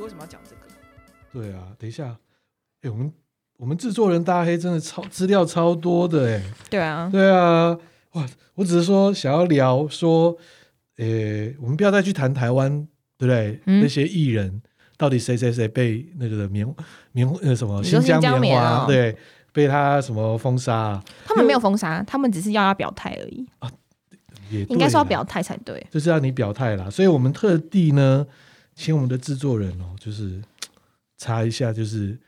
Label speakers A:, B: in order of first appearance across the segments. A: 为什么要讲这个？
B: 对啊，等一下，哎、我们我们制作人大黑真的超资料超多的哎、
C: 对啊，
B: 对啊，哇，我只是说想要聊说，呃、我们不要再去谈台湾，对不对？
C: 嗯
B: 那些艺人到底谁谁谁被那个棉棉呃什么
C: 你说
B: 疆
C: 新疆棉哦
B: 花、对被他什么封杀啊
C: 他们没有封杀，他们只是要他表态而已，
B: 也
C: 应该
B: 对啊
C: 是要
B: 啦
C: 表态才对。
B: 就是要你表态啦。所以我们特地呢，请我们的制作人哦，就是查一下，就是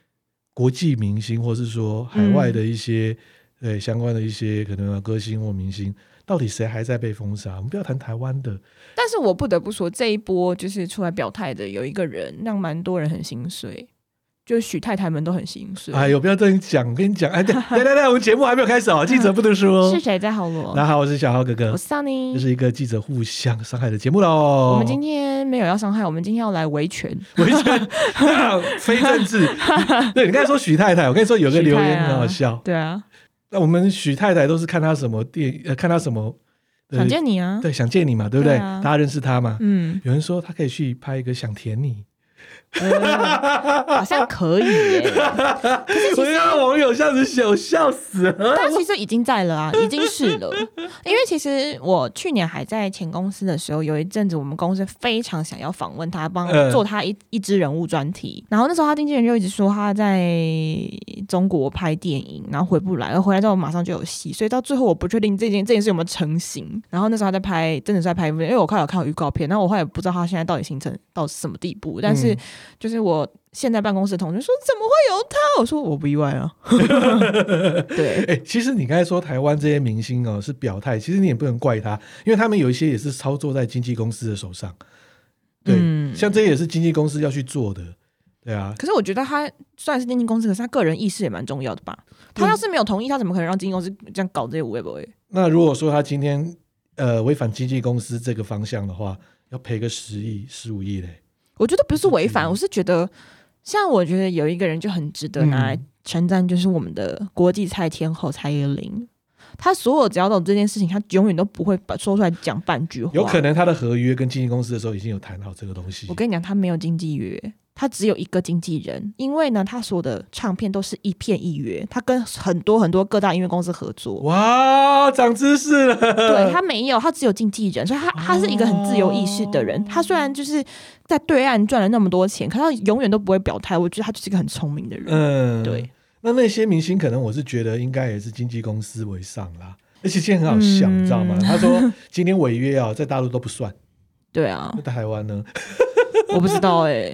B: 国际明星，或是说海外的一些、
C: 嗯
B: 对相关的一些可能歌星或明星，到底谁还在被封杀？我们不要谈台湾的，
C: 但是我不得不说，这一波就是出来表态的有一个人，让蛮多人很心碎，就是许太太们都很心碎。
B: 哎呦，不要这样讲，跟你讲， 哎，对对对，对我们节目还没有开始哦，记者不读书哦
C: 嗯是。谁在好罗
B: 大？家好，我是小浩哥哥
C: 我，是 Sunny，
B: 这是一个记者互相伤害的节目哦喽。
C: 我们今天没有要伤害，我们今天要来维权。
B: 维权 非 政治，对你刚才说许太太，我跟你说有个
C: 许
B: 留
C: 太
B: 言
C: 啊
B: 很好笑，
C: 对啊，
B: 那我们许太太都是看她什么电，呃，看她什么，呃
C: 想见你啊。
B: 对，想见你嘛，对不对？
C: 对啊
B: 大家认识她嘛？
C: 嗯，
B: 有人说她可以去拍一个《想舔你
C: 呃好像可以耶，》，
B: 我让网友笑死，笑笑死了。
C: 但其实已经在了啊，已经是了。因为其实我去年还在前公司的时候，有一阵子我们公司非常想要访问他，帮
B: 嗯
C: 做他一一支人物专题。然后那时候他经纪人就一直说他在中国拍电影，然后回不来，而回来之后马上就有戏，所以到最后我不确定这件这件事有没有成型。然后那时候他在拍，真的是在拍一部，因为我看有看到预告片，然后我后来也不知道他现在到底形成到什么地步，但是
B: 嗯
C: 就是我。现在办公室的同事说怎么会有他？我说我不意外 啊。对，
B: 哎、其实你刚才说台湾这些明星哦是表态，其实你也不能怪他，因为他们有一些也是操作在经纪公司的手上。对，
C: 嗯
B: 像这些也是经纪公司要去做的，对啊，
C: 可是我觉得他虽然是经纪公司，可是他个人意识也蛮重要的吧？他要是没有同意，他怎么可能让经纪公司这样搞这些无谓不谓？
B: 那如果说他今天呃违反经纪公司这个方向的话，要赔个十亿、十五亿嘞。
C: 我觉得不是违
B: 嗯
C: 反，我是觉得，像我觉得有一个人就很值得拿
B: 嗯
C: 来称赞，就是我们的国际菜天后蔡依林。她所有只要到这件事情，她永远都不会把说出来讲半句话。
B: 有可能他的合约跟经纪公司的时候已经有谈好这个东西
C: 我。跟你讲，他没有经纪约，他只有一个经纪人，因为呢，他所有的唱片都是一片一约，他跟很多很多各大音乐公司合作。
B: 哇，长知识了！
C: 对他没有，他只有经纪人，所
B: 哦
C: 以他他是一个很自由意识的人。他虽然就是在对岸赚了那么多钱，可他永远都不会表态。我觉得他就是一个很聪明的人。
B: 嗯，
C: 对。
B: 那那些明星，可能我是觉得应该也是经纪公司为上啦。而且现在很好笑，
C: 嗯
B: 你知道吗？他说今天违约啊，在大陆都不算，
C: 对啊
B: 那，在台湾呢？
C: 我不知道哎、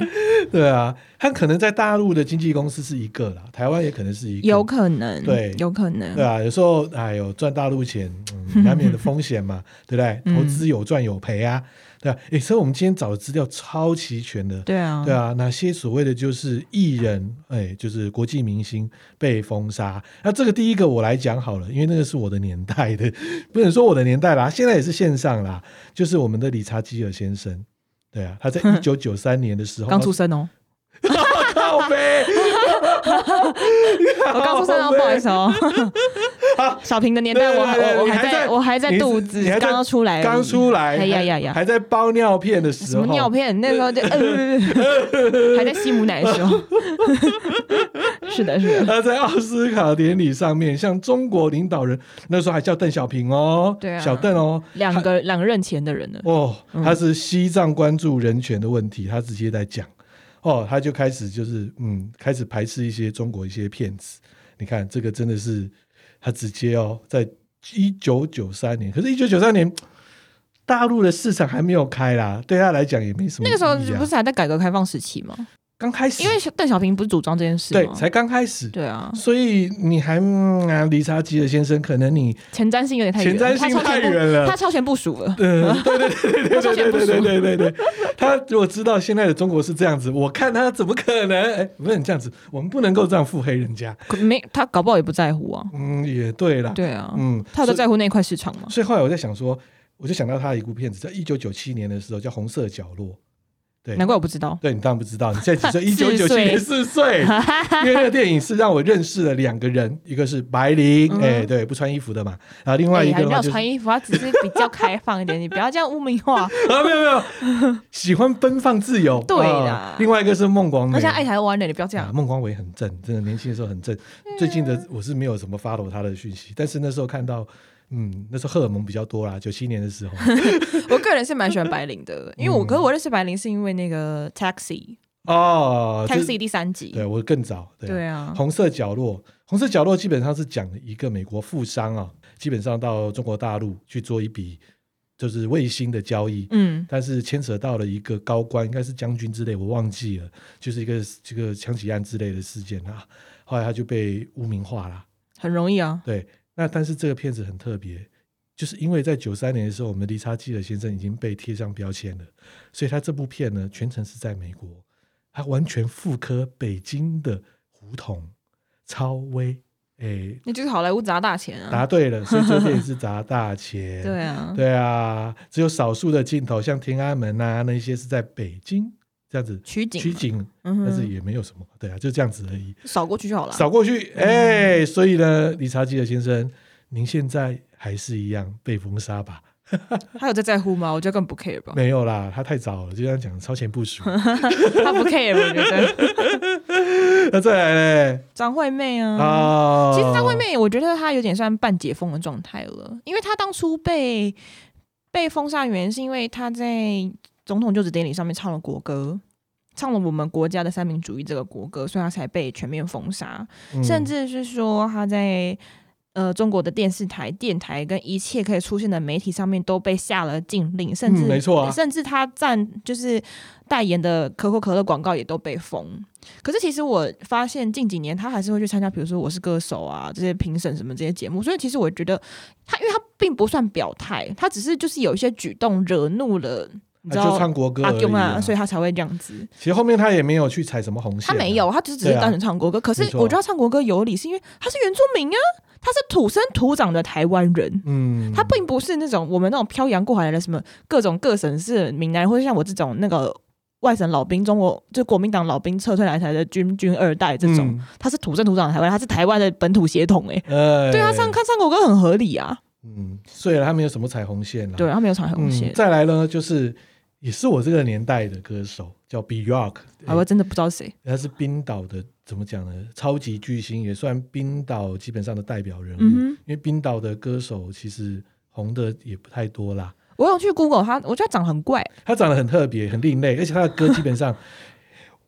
B: 对啊，他可能在大陆的经纪公司是一个啦，台湾也可能是一个。
C: 有可能，
B: 对
C: 有可能。
B: 对啊，有时候哎呦赚大陆钱， 嗯难免的风险嘛，对不对？
C: 嗯
B: 投资有赚有赔啊，对啊。诶，所以我们今天找的资料超齐全的，
C: 对啊，
B: 对啊，哪些所谓的就是艺人，哎，就是国际明星被封杀？那这个第一个我来讲好了，因为那个是我的年代的， 不能说我的年代啦，现在也是线上啦，就是我们的理查基尔先生。对啊，他 在一九九三年的时候
C: 刚出生哦，
B: 靠背，
C: 我刚出生哦，不好意思 哦。小平的年代，我还
B: 对对对
C: 我我
B: 你还
C: 还
B: 在
C: 在我还在
B: 你
C: 肚
B: 是
C: 子
B: 你还在
C: 刚刚出来而已，
B: 刚出来，
C: 哎呀呀
B: 还
C: 呀
B: 还在包尿片的时
C: 什
B: 候，
C: 么尿片，那时候就呃，还在吸母奶的时 候。 是的，是的，
B: 他在奥斯卡典礼上面向中国领导人，那时候还叫邓小平哦，
C: 对啊
B: 小邓哦，
C: 两个两任前的人呢。
B: 哦，
C: 嗯
B: 他是西藏关注人权的问题，他直接在讲，哦，他就开始就是嗯，开始排斥一些中国一些骗子，你看这个真的是他直接哦，在一九九三年，可是，一九九三年。大陆的市场还没有开啦，对他来讲也没什么、
C: 那
B: 意
C: 个时候
B: 义啊
C: 不是还在改革开放时期吗？
B: 刚开始，
C: 因为邓小平不是主张这件事
B: 对
C: 吗？
B: 才刚开始，
C: 对啊，
B: 所以你还、嗯啊，理查基尔先生，可能你
C: 前瞻性有点太远，
B: 前瞻性太远了
C: 他超前部署了。
B: 呃， 对对对对对对对对对对对，他如果知道现在的中国是这样子，我看他怎么可能？哎，不能这样子，我们不能够这样腹黑人家。
C: 可没他搞不好也不在乎啊。
B: 嗯，也对啦，
C: 对啊，
B: 嗯，
C: 他有
B: 所
C: 在
B: 以
C: 在乎那一块市场吗？
B: 所以后来我在想说，我就想到他一部片子，在一九九七年的时候叫《红色角落》，对
C: 难怪我不知道。
B: 对你当然不知道，你 现在几岁？一九九
C: 40
B: 七
C: 岁
B: 年 四岁，因为那个电影是让我认识了两个人，一个是白灵，
C: 嗯
B: 哎、对，不穿衣服的嘛，然后另外一
C: 哎还
B: 个的
C: 没
B: 话
C: 有
B: 就是、
C: 穿衣服，他只是比较开放一点， 你不要这样污名 化。
B: 啊，没有没有， 喜欢奔放自由，
C: 对啦
B: 啊另外一个是孟广
C: 他
B: 美，
C: 现在爱台湾的，你不要这样啊
B: 啊。孟广伟很正，真的年轻的时候很正。最近的我是没有什么 follow 他的讯息，但是那时候看到，嗯，那时候荷尔蒙比较多啦，九七年的时 候。
C: 我个人是蛮喜欢白灵 的，因为我
B: 嗯
C: 可是我认识白灵是因为那个 Taxi
B: 哦这
C: Taxi 第三集，
B: 对我更早，对啊
C: 对啊，
B: 红色角落，红色角落基本上是讲一个美国富商啊，基本上到中国大陆去做一笔就是卫星的交易，
C: 嗯
B: 但是牵扯到了一个高官，应该是将军之类，我忘记了，就是一个这个枪击案之类的事件啊。后来他就被污名化啦。
C: 很容易啊，
B: 对，那但是这个片子很特别，就是因为在九三年的时候，我们的理查基尔先生已经被贴上标签了，所以他这部片呢，全程是在美国，他完全复刻北京的胡同、超威，哎，
C: 那就是好莱坞砸大钱啊，
B: 答对了，所以这部电影是砸大钱。
C: 对啊，
B: 对啊，只有少数的镜头，像天安门啊那些是在北京这样子
C: 取景
B: 取
C: 嘛，
B: 景，
C: 嗯
B: 但是
C: 哼，
B: 也没有什么，对啊，就这样子而已。
C: 扫过去就好了。
B: 扫过去，
C: 嗯
B: 哎、所以呢，理查基尔先生，您现在还是一样被封杀吧？
C: 他有在在乎吗？我觉得更不 care 吧，
B: 没有啦，他太早了，就像讲超前部 署。
C: 他不 care，我觉得
B: 那再来嘞，
C: 张惠妹
B: 啊、
C: 啊。其实张惠妹，我觉得她有点算半解封的状态了，因为她当初被被封杀的原因是因为她在总统就职典礼上面唱了国歌，唱了我们国家的三民主义这个国歌，所以她才被全面封杀。
B: 嗯
C: 甚至是说他在呃中国的电视台、电台跟一切可以出现的媒体上面都被下了禁令，甚至、
B: 嗯没错啊
C: 甚至他站就是代言的可口可乐广告也都被封。可是其实我发现近几年他还是会去参加，比如说《我是歌手啊》这些评审什么这些节目，所以其实我觉得他，因为他并不算表态，他只是就是有一些举动惹怒了。你知
B: 啊就
C: 道
B: 唱国歌
C: 阿
B: 而已
C: 公
B: 啦
C: 啊，所以他才会这样子。
B: 其实后面他也没有去踩什么红线、啊
C: 他没有，，啊他就只是单纯唱国歌。可是
B: 没错
C: 我觉得他唱国歌有理，是因为他是原住民啊，他是土生土长的台湾人。
B: 嗯，
C: 他并不是那种我们那种漂洋过海来的什么各种各省市闽南，或者像我这种那个外省老兵，中国就国民党老兵撤退来台的军军二代这种，他是土生土长的台湾，他是台湾的本土血统哎、欸
B: 嗯，呃
C: 对啊，唱，看唱国歌很合理啊，
B: 嗯，所以他没有什么踩红线啦。
C: 对，他没有彩虹
B: 嗯，
C: 线，
B: 再来呢，就是也是我这个年代的歌手，叫 Bjork，
C: 啊，我真的不知道谁，
B: 他是冰岛的，怎么讲呢？超级巨星，也算冰岛基本上的代表人物。
C: 嗯哼
B: 因为冰岛的歌手其实红的也不太多啦。
C: 我有去 Google 他，我觉得他长得很怪，
B: 他长得很特别，很另类，而且他的歌基 本上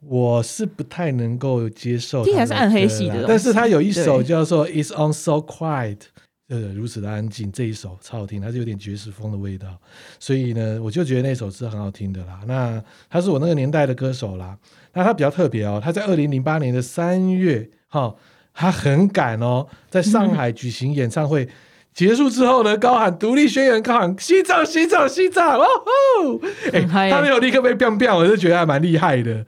B: 我是不太能够接受他的歌啦。
C: 听起来是暗黑系的东西
B: 但是他有一首
C: 对
B: 叫做《It's On So Quiet》，呃，如此的安静，这一首超好听，它是有点爵士风的味道，所以呢，我就觉得那首是很好听的啦。那他是我那个年代的歌手啦，那他比较特别哦，他在二零零八年的三月，哈、他很赶哦，在上海举行演唱会。结束之后呢，高喊独立宣言，高喊西藏，西藏，西藏，哦吼！哎、
C: 很嗨耶
B: 他没有立刻被 biang biang，我就觉得还蛮厉害的。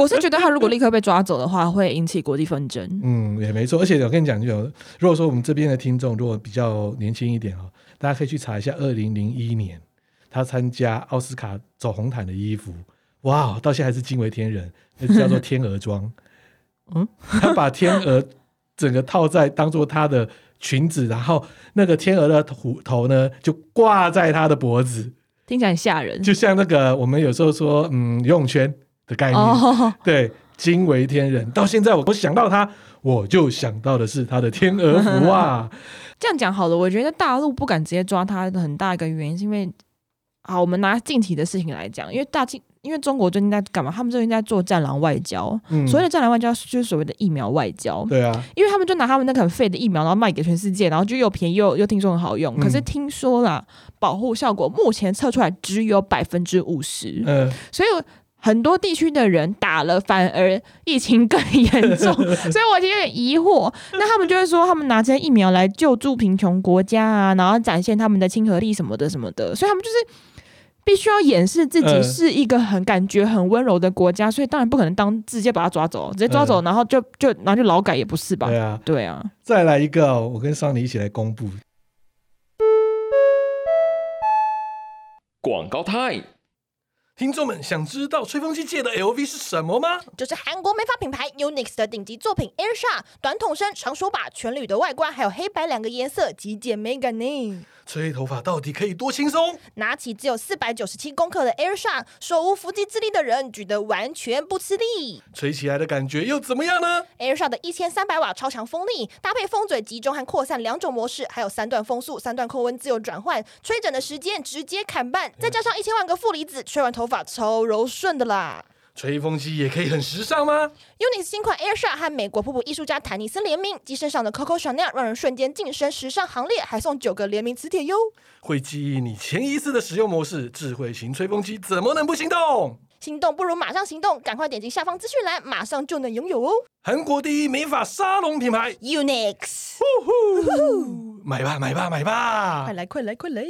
C: 我是觉得他如果立刻被抓走的话，会引起国际纷争。
B: 嗯，也没错。而且我跟你讲，就有如果说我们这边的听众如果比较年轻一点哦，大家可以去查一下二零零一年他参加奥斯卡走红毯的衣服，哇，到现在还是惊为天人，那叫做天鹅装。
C: 嗯，
B: 他把天鹅整个套在当做他的裙子，然后那个天鹅的头头呢就挂在他的脖子，
C: 听起来很吓人。
B: 就像那个我们有时候说嗯游泳圈的概念。
C: 哦，
B: 对，惊为天人。到现在我我想到他，我就想到的是他的天鹅 服啊。
C: 这样讲好了，我觉得大陆不敢直接抓他的很大一个原因，是因为好，我们拿近期的事情来讲，因为大近，因为中国最近在干嘛？他们最近在做战狼外交，
B: 嗯，
C: 所谓的战狼外交就是所谓的疫苗外交。
B: 对啊，
C: 因为他们就拿他们那个很废的疫苗，然后卖给全世界，然后就又便宜又又听说很好用。
B: 嗯
C: 可是听说啦，保护效果目前测出来只有百分之五十。
B: 嗯、
C: 所以很多地区的人打了，反而疫情更严重， 所以我就有点疑惑。那他们就会说，他们拿这些疫苗来救助贫穷国家啊，然后展现他们的亲和力什么的什么的，所以他们就是。必须要掩饰自己
B: 嗯
C: 是一个很感觉很温柔的国家，所以当然不可能当直接把他抓走，直接抓走，然后就就然后就劳改也不是吧？
B: 嗯对啊。
C: 对啊，
B: 再来一个哦、我跟桑尼一起来公布。
A: 广告 time。
B: 听众们想知道吹风机界的 LV 是什么吗？
A: 就是韩国美发品牌 Unix 的顶级作品 Airsha，短筒身、长手把、全铝的外观，还有黑白两个颜色，极简美感呢。
B: 吹头发到底可以多轻松？
A: 拿起只有四百九十七公克的 Airsha，手无缚鸡之力的人举得完全不吃力。
B: 吹起来的感觉又怎么样呢？
A: Airsha 的一千三百瓦超强风力，搭配风嘴集中和扩散两种模式，还有三段风速、三段控温自由转换，吹整的时间直接砍半，再加上一千万个负离子，吹完头发超柔顺的啦。
B: 吹风机也可以很时尚吗？
A: Unix 新款 Airsha 和美国瀑布艺术家坦尼斯联名，机身上的 Coco Chanel 让人瞬间晋升时尚行列，还送九个联名磁铁哟。
B: 会记忆你前一次的使用模式，智慧型吹风机怎么能不心动？
A: 心动不如马上行动，赶快点击下方资讯栏，马上就能拥有哦。
B: 韩国第一美发沙龙品牌，
A: Unix，
B: 买吧买吧买吧
A: 快！来快来快来！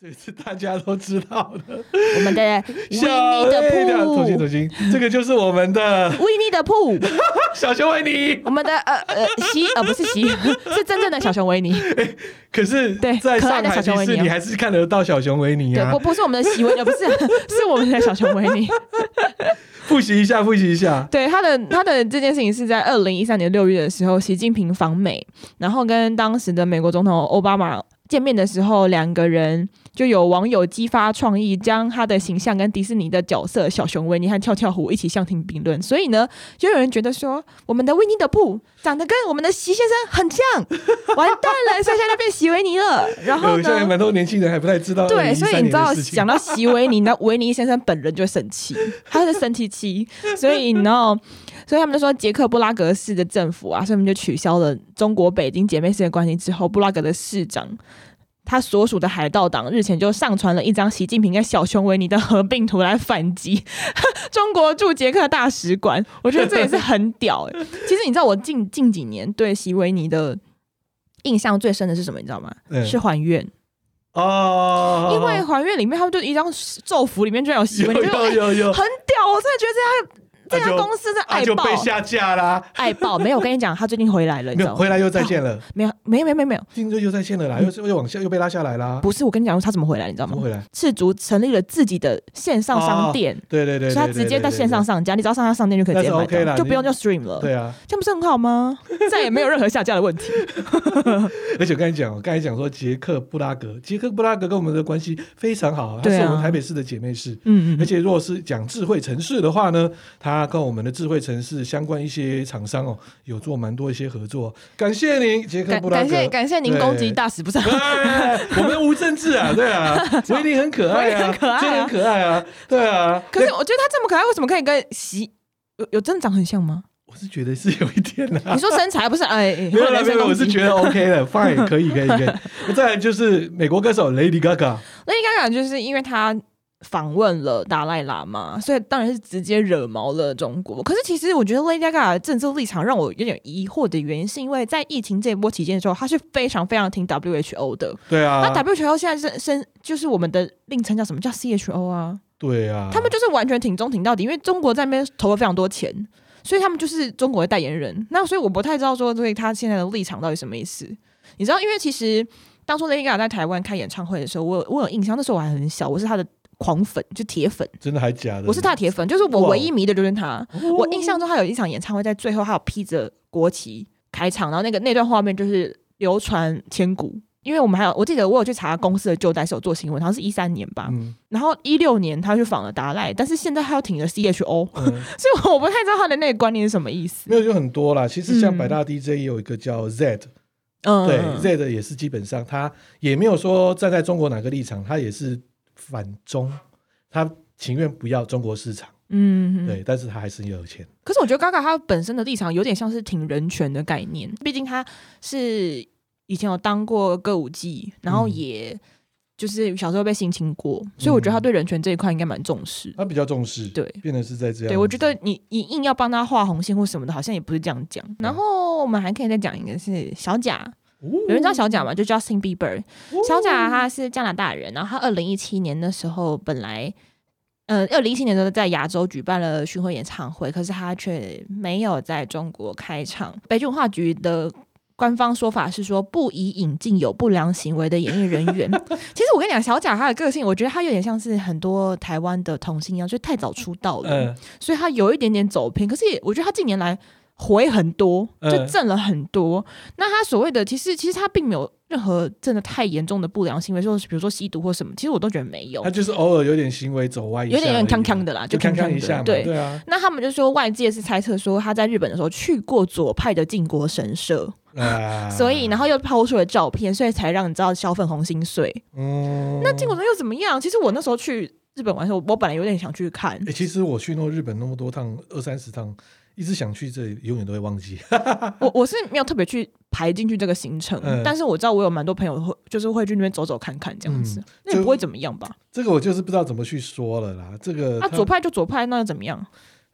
B: 这是大家都知道的。
C: 我们 的维
B: 小
C: 尼的
B: 哎
A: 啊
B: 等下重新
C: 铺
B: 重，新，这个就是我们的
C: 维尼的铺，
B: 小熊维尼。
C: 我们的呃呃席呃不是席， 是真正的小熊维尼，
B: 可是，
C: 对
B: 在
C: 可爱
B: 上
C: 的小
B: 海
C: 熊
B: 迪
C: 维尼
B: 士
C: 啊
B: 尼还是看得到小熊维尼
C: 对，
B: 啊
C: 不！不是我们的席维尼，呃不是 是我们的小熊维尼。
B: 复习一下，复习一下。
C: 对他的他的这件事情是在二零一三年六月的时候，习近平访美，然后跟当时的美国总统奥巴马见面的时候，两个人就有网友激发创意，将他的形象跟迪士尼的角色小熊维尼和跳跳虎一起相提并论。所以呢，就有人觉得说，我们的维尼的布长得跟我们的习先生很像，完蛋了，所以现在变习维尼了。然后
B: 有呃现在
C: 呢？
B: 蛮多年轻人还不太知道
C: 对，所以
B: 2013
C: 你知道
B: 年的事情
C: 讲到席维尼，那维尼先生本人就会生气，他是生气期，所以你知道，所以他们就说捷克布拉格市的政府啊，所以他们就取消了中国北京姐妹市的关系之后，布拉格的市长。他所属的海盗党日前就上传了一张习近平跟小熊维尼的合并图来反击 中国驻捷克大使馆，我觉得这也是很屌、欸。其实你知道我近近几年对席维尼的印象最深的是什么？你知道吗？
B: 嗯
C: 是还愿。
B: 哦，
C: 因为还愿里面他们就一张咒符里面居然有席维尼，
B: 有
C: 就
B: 有
C: 哎
B: 有有，
C: 很屌，我真的觉得这
B: 啊
C: 家这
B: 就
C: 家公司是
B: 啊
C: 爱
B: 就
C: 爆
B: 被下架啦，
C: 爱爆。没有，我跟你讲，他最近回来了，你知
B: 没有
C: 道吗？
B: 回来又再见了，
C: 没有，没有，没有，没有没有，
B: 听说又再见了啦，又是又往下又被拉下来啦，
C: 不是我跟你讲他怎么回来，你知道
B: 怎么
C: 吗？
B: 回来？
C: 赤足成立了自己的线上商店，
B: 对对对，
C: 所以他
B: 啊对
C: 直接在线上。
B: 对
C: 上架，你只要上他商店就可以直接
B: 那是
C: 买
B: OK
C: 到，
B: 啦
C: 就不用
B: 你
C: 用 Stream 了。
B: 对对，啊，
C: 这样不是很好 吗？再也没有任何下架的问题。
B: 而且我刚才讲，我刚才讲说捷克布拉格，捷克布拉格跟我们的关系非常好，它
C: 对
B: 是
C: 啊
B: 我们台北市的姐妹市。
C: 嗯嗯嗯，
B: 而且，如果是讲智慧城市的话呢，它跟我们的智慧城市相关一些厂商哦，有做蛮多一些合作。感谢您，捷克
C: 感
B: 布拉
C: 感
B: 格。
C: 谢感谢您
B: 对
C: 攻击大使 不是。
B: 哎，我们无政治啊，对 啊，维尼很可爱
C: 维尼
B: 啊，
C: 很可爱啊
B: 真的很可爱啊，对啊。
C: 可是我觉得他这么可爱，为什么可以跟席有有真的长很像吗？
B: 我是觉得是有一点啦、
C: 你说身材不是？哎，
B: 没
C: 没
B: 有啦，没有啦，我是觉得 OK 的，fine，可以，可以，可以。那再来就是美国歌手 Lady Gaga，
C: 那应该讲就是因为他访问了达赖喇嘛，所以当然是直接惹毛了中国。可是其实我觉得 Lady Gaga 的政治立场让我有点疑惑的原因，是因为在疫情这一波期间的时候，他是非常非常听 WHO 的。
B: 对
C: 那
B: 啊，
C: WHO 现在是身就是我们的另称叫什么叫 CHO 啊？
B: 对啊，
C: 他们就是完全挺中挺到底，因为中国在那边投了非常多钱。所以他们就是中国的代言人。那所以我不太知道说，对他现在的立场到底什么意思。你知道，因为其实当初 Lady Gaga 在台湾开演唱会的时候，我有我有印象，那时候我还很小，我是他的狂粉，就铁粉，
B: 真的还假的？
C: 我是他的铁粉，就是我
B: 哇
C: 唯一迷的就是他。
B: 哦，
C: 我印象中他有一场演唱会，在最后他有披着国旗开场，然后那个那段画面就是流传千古。因为我们还有，我记得我有去查公司的旧代是有做新闻，好像是一三年吧，
B: 嗯，
C: 然后一六年他去访了达赖，但是现在他又挺了 CHO，
B: 嗯，
C: 所以我不太知道他的那个观念是什么意思。
B: 没有就很多啦。其实像
C: 嗯
B: 百大 DJ 也有一个叫 Z，
C: 嗯，
B: 对 Z 的也是基本上他也没有说站在中国哪个立场，他也是反中，他情愿不要中国市场，
C: 嗯，
B: 对，但是他还是很有钱。
C: 可是我觉得 Gaga 她本身的立场有点像是挺人权的概念，毕竟她是以前有当过歌舞伎，然后
B: 嗯
C: 也就是小时候被性侵过，所以我觉得她对人权这一块应该蛮重视。
B: 他比较重视，
C: 对
B: 变嗯啊得是在这样子。嗯
C: 对，我觉得你你硬要帮她画红线或什么的，好像也不是这样讲。然后我们还可以再讲一个是小贾，
B: 哦
C: 有人知道小贾吗？就 Justin Bieber，
B: 哦
C: 小贾他是加拿大人，然后他二零一七年的时候本来，呃，二零一七年的时候在亚洲举办了巡回演唱会，可是他却没有在中国开唱。北京文化局的官方说法是说不宜引进有不良行为的演艺人员。其实我跟你讲，小贾他的个性，我觉得他有点像是很多台湾的童星一样，就太早出道了，
B: 嗯
C: 所以他有一点点走偏。可是也我觉得他近年来回很多，
B: 嗯
C: 就挣了很多。那他所谓的，其实其实他并没有任何真的太严重的不良行为，就是比如说吸毒或什么，其实我都觉得没有
B: 他。就是偶尔有点行为走歪一下
C: 有
B: 而已，啊
C: 点有点康康的啊啦，
B: 就
C: 康
B: 看
C: 康
B: 看
C: 的
B: 一下嘛，
C: 对，
B: 对啊，
C: 那他们就说外界是猜测说他在日本的时候去过左派的靖国神社，
B: 啊，
C: 所以然后又抛出了照片，所以才让你知道小粉红心碎。
B: 嗯，
C: 那靖国神社又怎么样？其实我那时候去日本玩的时候，我本来有点想去看
B: 哎、，其实我去那日本那么多趟，二三十趟，一直想去这里，永远都会忘记。
C: 我我是没有特别去排进去这个行程，
B: 嗯
C: 但是我知道我有蛮多朋友会就是会去那边走走看看这样子
B: 嗯，
C: 那也
B: 就
C: 不会怎么样吧？
B: 这个我就是不知道怎么去说了啦。这个
C: 啊，
B: 他
C: 左派就左派，那又怎么样？啊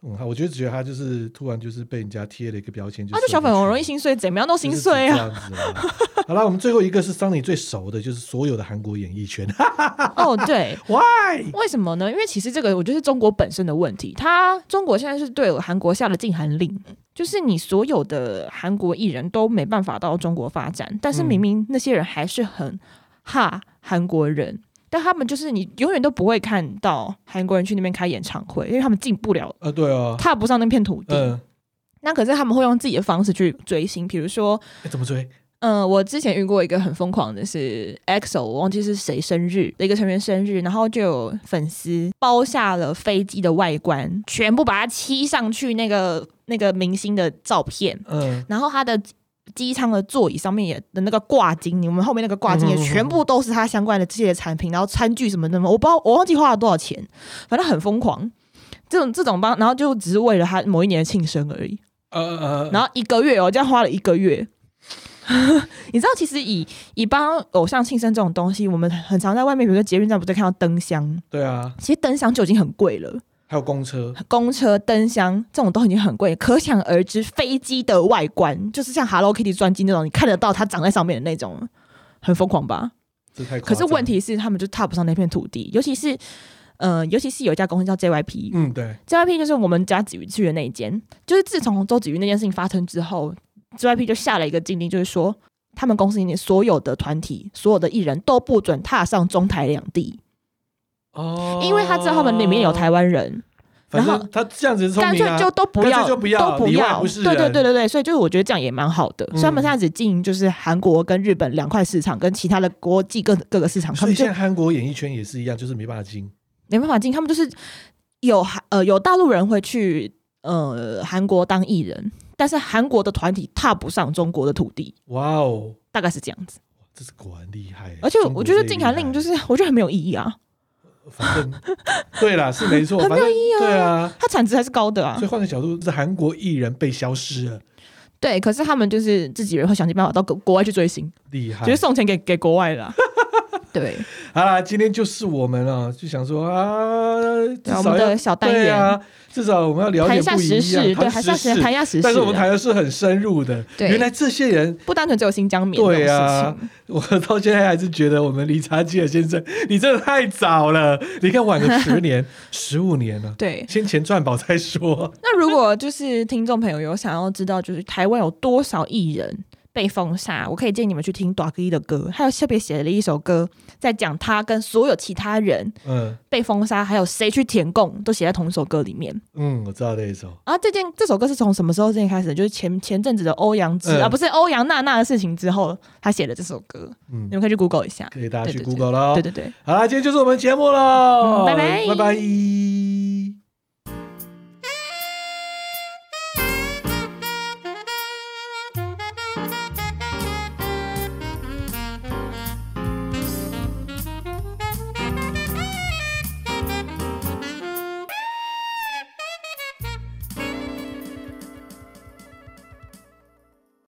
B: 嗯，我就觉得他就是突然就是被人家贴了一个标签，就
C: 啊，就小粉红容易
B: 心
C: 心碎，怎么样都心碎啊！
B: 这样子啦。好了，我们最后一个是桑尼最熟的，就是所有的韩国演艺圈。
C: 哦，对，
B: Why？
C: 为什么呢？因为其实这个我觉得是中国本身的问题。它中国现在是对韩国下了禁韩令，就是你所有的韩国艺人都没办法到中国发展，但是明明那些人还是很哈韩国人。但他们就是你永远都不会看到韩国人去那边开演唱会，因为他们进不了，
B: 啊，对啊，
C: 踏不上那片土地。
B: 嗯、
C: 那可是他们会用自己的方式去追星，比如说
B: 哎怎么追？
C: 嗯，我之前遇过一个很疯狂的是 EXO，我忘记是谁生日的一个成员生日，然后就有粉丝包下了飞机的外观，全部把它漆上去那个那个明星的照片，
B: 嗯、
C: 然后他的机舱的座椅上面也的那个挂金，你们后面那个挂金也
B: 嗯嗯嗯
C: 全部都是他相关的这些产品，然后餐具什么的嘛，我不知道我忘记花了多少钱，反正很疯狂。这种这种帮，然后就只是为了他某一年的庆生而已。
B: 呃呃，
C: 然
B: 后
C: 后一个月哦，这样花了一个月。 你知道，其实以以帮偶像庆生这种东西，我们很常在外面，比如说捷运站，不是看到灯箱？
B: 对啊，
C: 其实灯箱就已经很贵了，
B: 还有公车，
C: 公车灯箱这种都已经很贵，可想而知，飞机的外观就是像 Hello Kitty 专机那种，你看得到它长在上面的那种，很疯狂吧？
B: 这太
C: 可
B: 夸
C: 是
B: 张
C: 问，题是，他们就踏不上那片土地，尤其是呃，尤其是有一家公司叫 JYP，
B: 嗯，对，
C: JYP 就是我们家子瑜去的那一间，就是自从周子瑜那件事情发生之后，JYP 就下了一个禁令，就是说他们公司里面所有的团体、所有的艺人都不准踏上中台两地，
B: 哦，
C: 因为他知道他们里面有台湾人，
B: 反
C: 然
B: 正
C: 后
B: 他这样子聪
C: 干
B: 明
C: 脆
B: 啊，
C: 就都不
B: 干
C: 要，
B: 脆就不要
C: 都不
B: 里外
C: 要。
B: 不是
C: 对对
B: 人
C: 对对对，所以就是我觉得这样也蛮好的，所以他们
B: 嗯
C: 现在只经营就是韩国跟日本两块市场，跟其他的国际各各个市场，啊他
B: 所以
C: 们就
B: 现在韩国演艺圈也是一样，就是没办法经营。
C: 没办法进，他们就是有韩呃有大陆人会去呃韩国当艺人，但是韩国的团体踏不上中国的土地，
B: 哇哦，
C: 大概是这样子。
B: 这是果然厉害欸。
C: 而且
B: 中
C: 我
B: 国
C: 觉得
B: 最
C: 禁
B: 厉
C: 韩令
B: 害
C: 就是，我觉得很没有意义啊，
B: 反正 对啦，是没 错，
C: 很
B: 反正对啊。
C: 它产值还是高的啊
B: 所以。换个角度，是韩国艺人被消失了，
C: 对，可是他们就是自己人会想尽办法到国国外去追星，
B: 厉害
C: 直接。送钱给给国外啦。 对，
B: 好啦，今天就是我们啊，就想说啊，至
C: 对啊我
B: 少
C: 们
B: 要
C: 的小单
B: 对
C: 元。
B: 啊，至少我们要聊
C: 谈一
B: 点
C: 下
B: 不一
C: 时事，
B: 样，
C: 对，
B: 谈
C: 还是要
B: 时
C: 谈谈一下时事啊。
B: 但是我们谈的是很深入的，
C: 对
B: 原来这些人，
C: 不单纯只有新疆棉这种
B: 对啊
C: 事情，
B: 我到现在还是觉得我们理查基尔先生，你真的太早了，你看晚个十年、十五年了，
C: 对，
B: 先钱赚饱再说。
C: 那如果就是听众朋友有想要知道，就是台湾有多少艺人被封杀，我可以建议你们去听 d a 一的歌，还有特别写了一首歌，在讲他跟所有其他人
B: 嗯
C: 被封杀，还有谁去填供，都写在同一首歌里面。
B: 嗯，我知道那一首，
C: 啊，这件这首歌是从什么时候之前开始的？就是前啊前阵子的欧阳之、
B: 嗯
C: 啊，不是欧阳娜娜的事情之后，他写的这首歌，
B: 嗯
C: 你，们可以去 Google 一下。
B: 可以大家去
C: 对对
B: 哦
C: 对
B: Google 了。
C: 对对对。
B: 好啦，今天就是我们节目喽、
C: 嗯拜拜
B: 拜拜。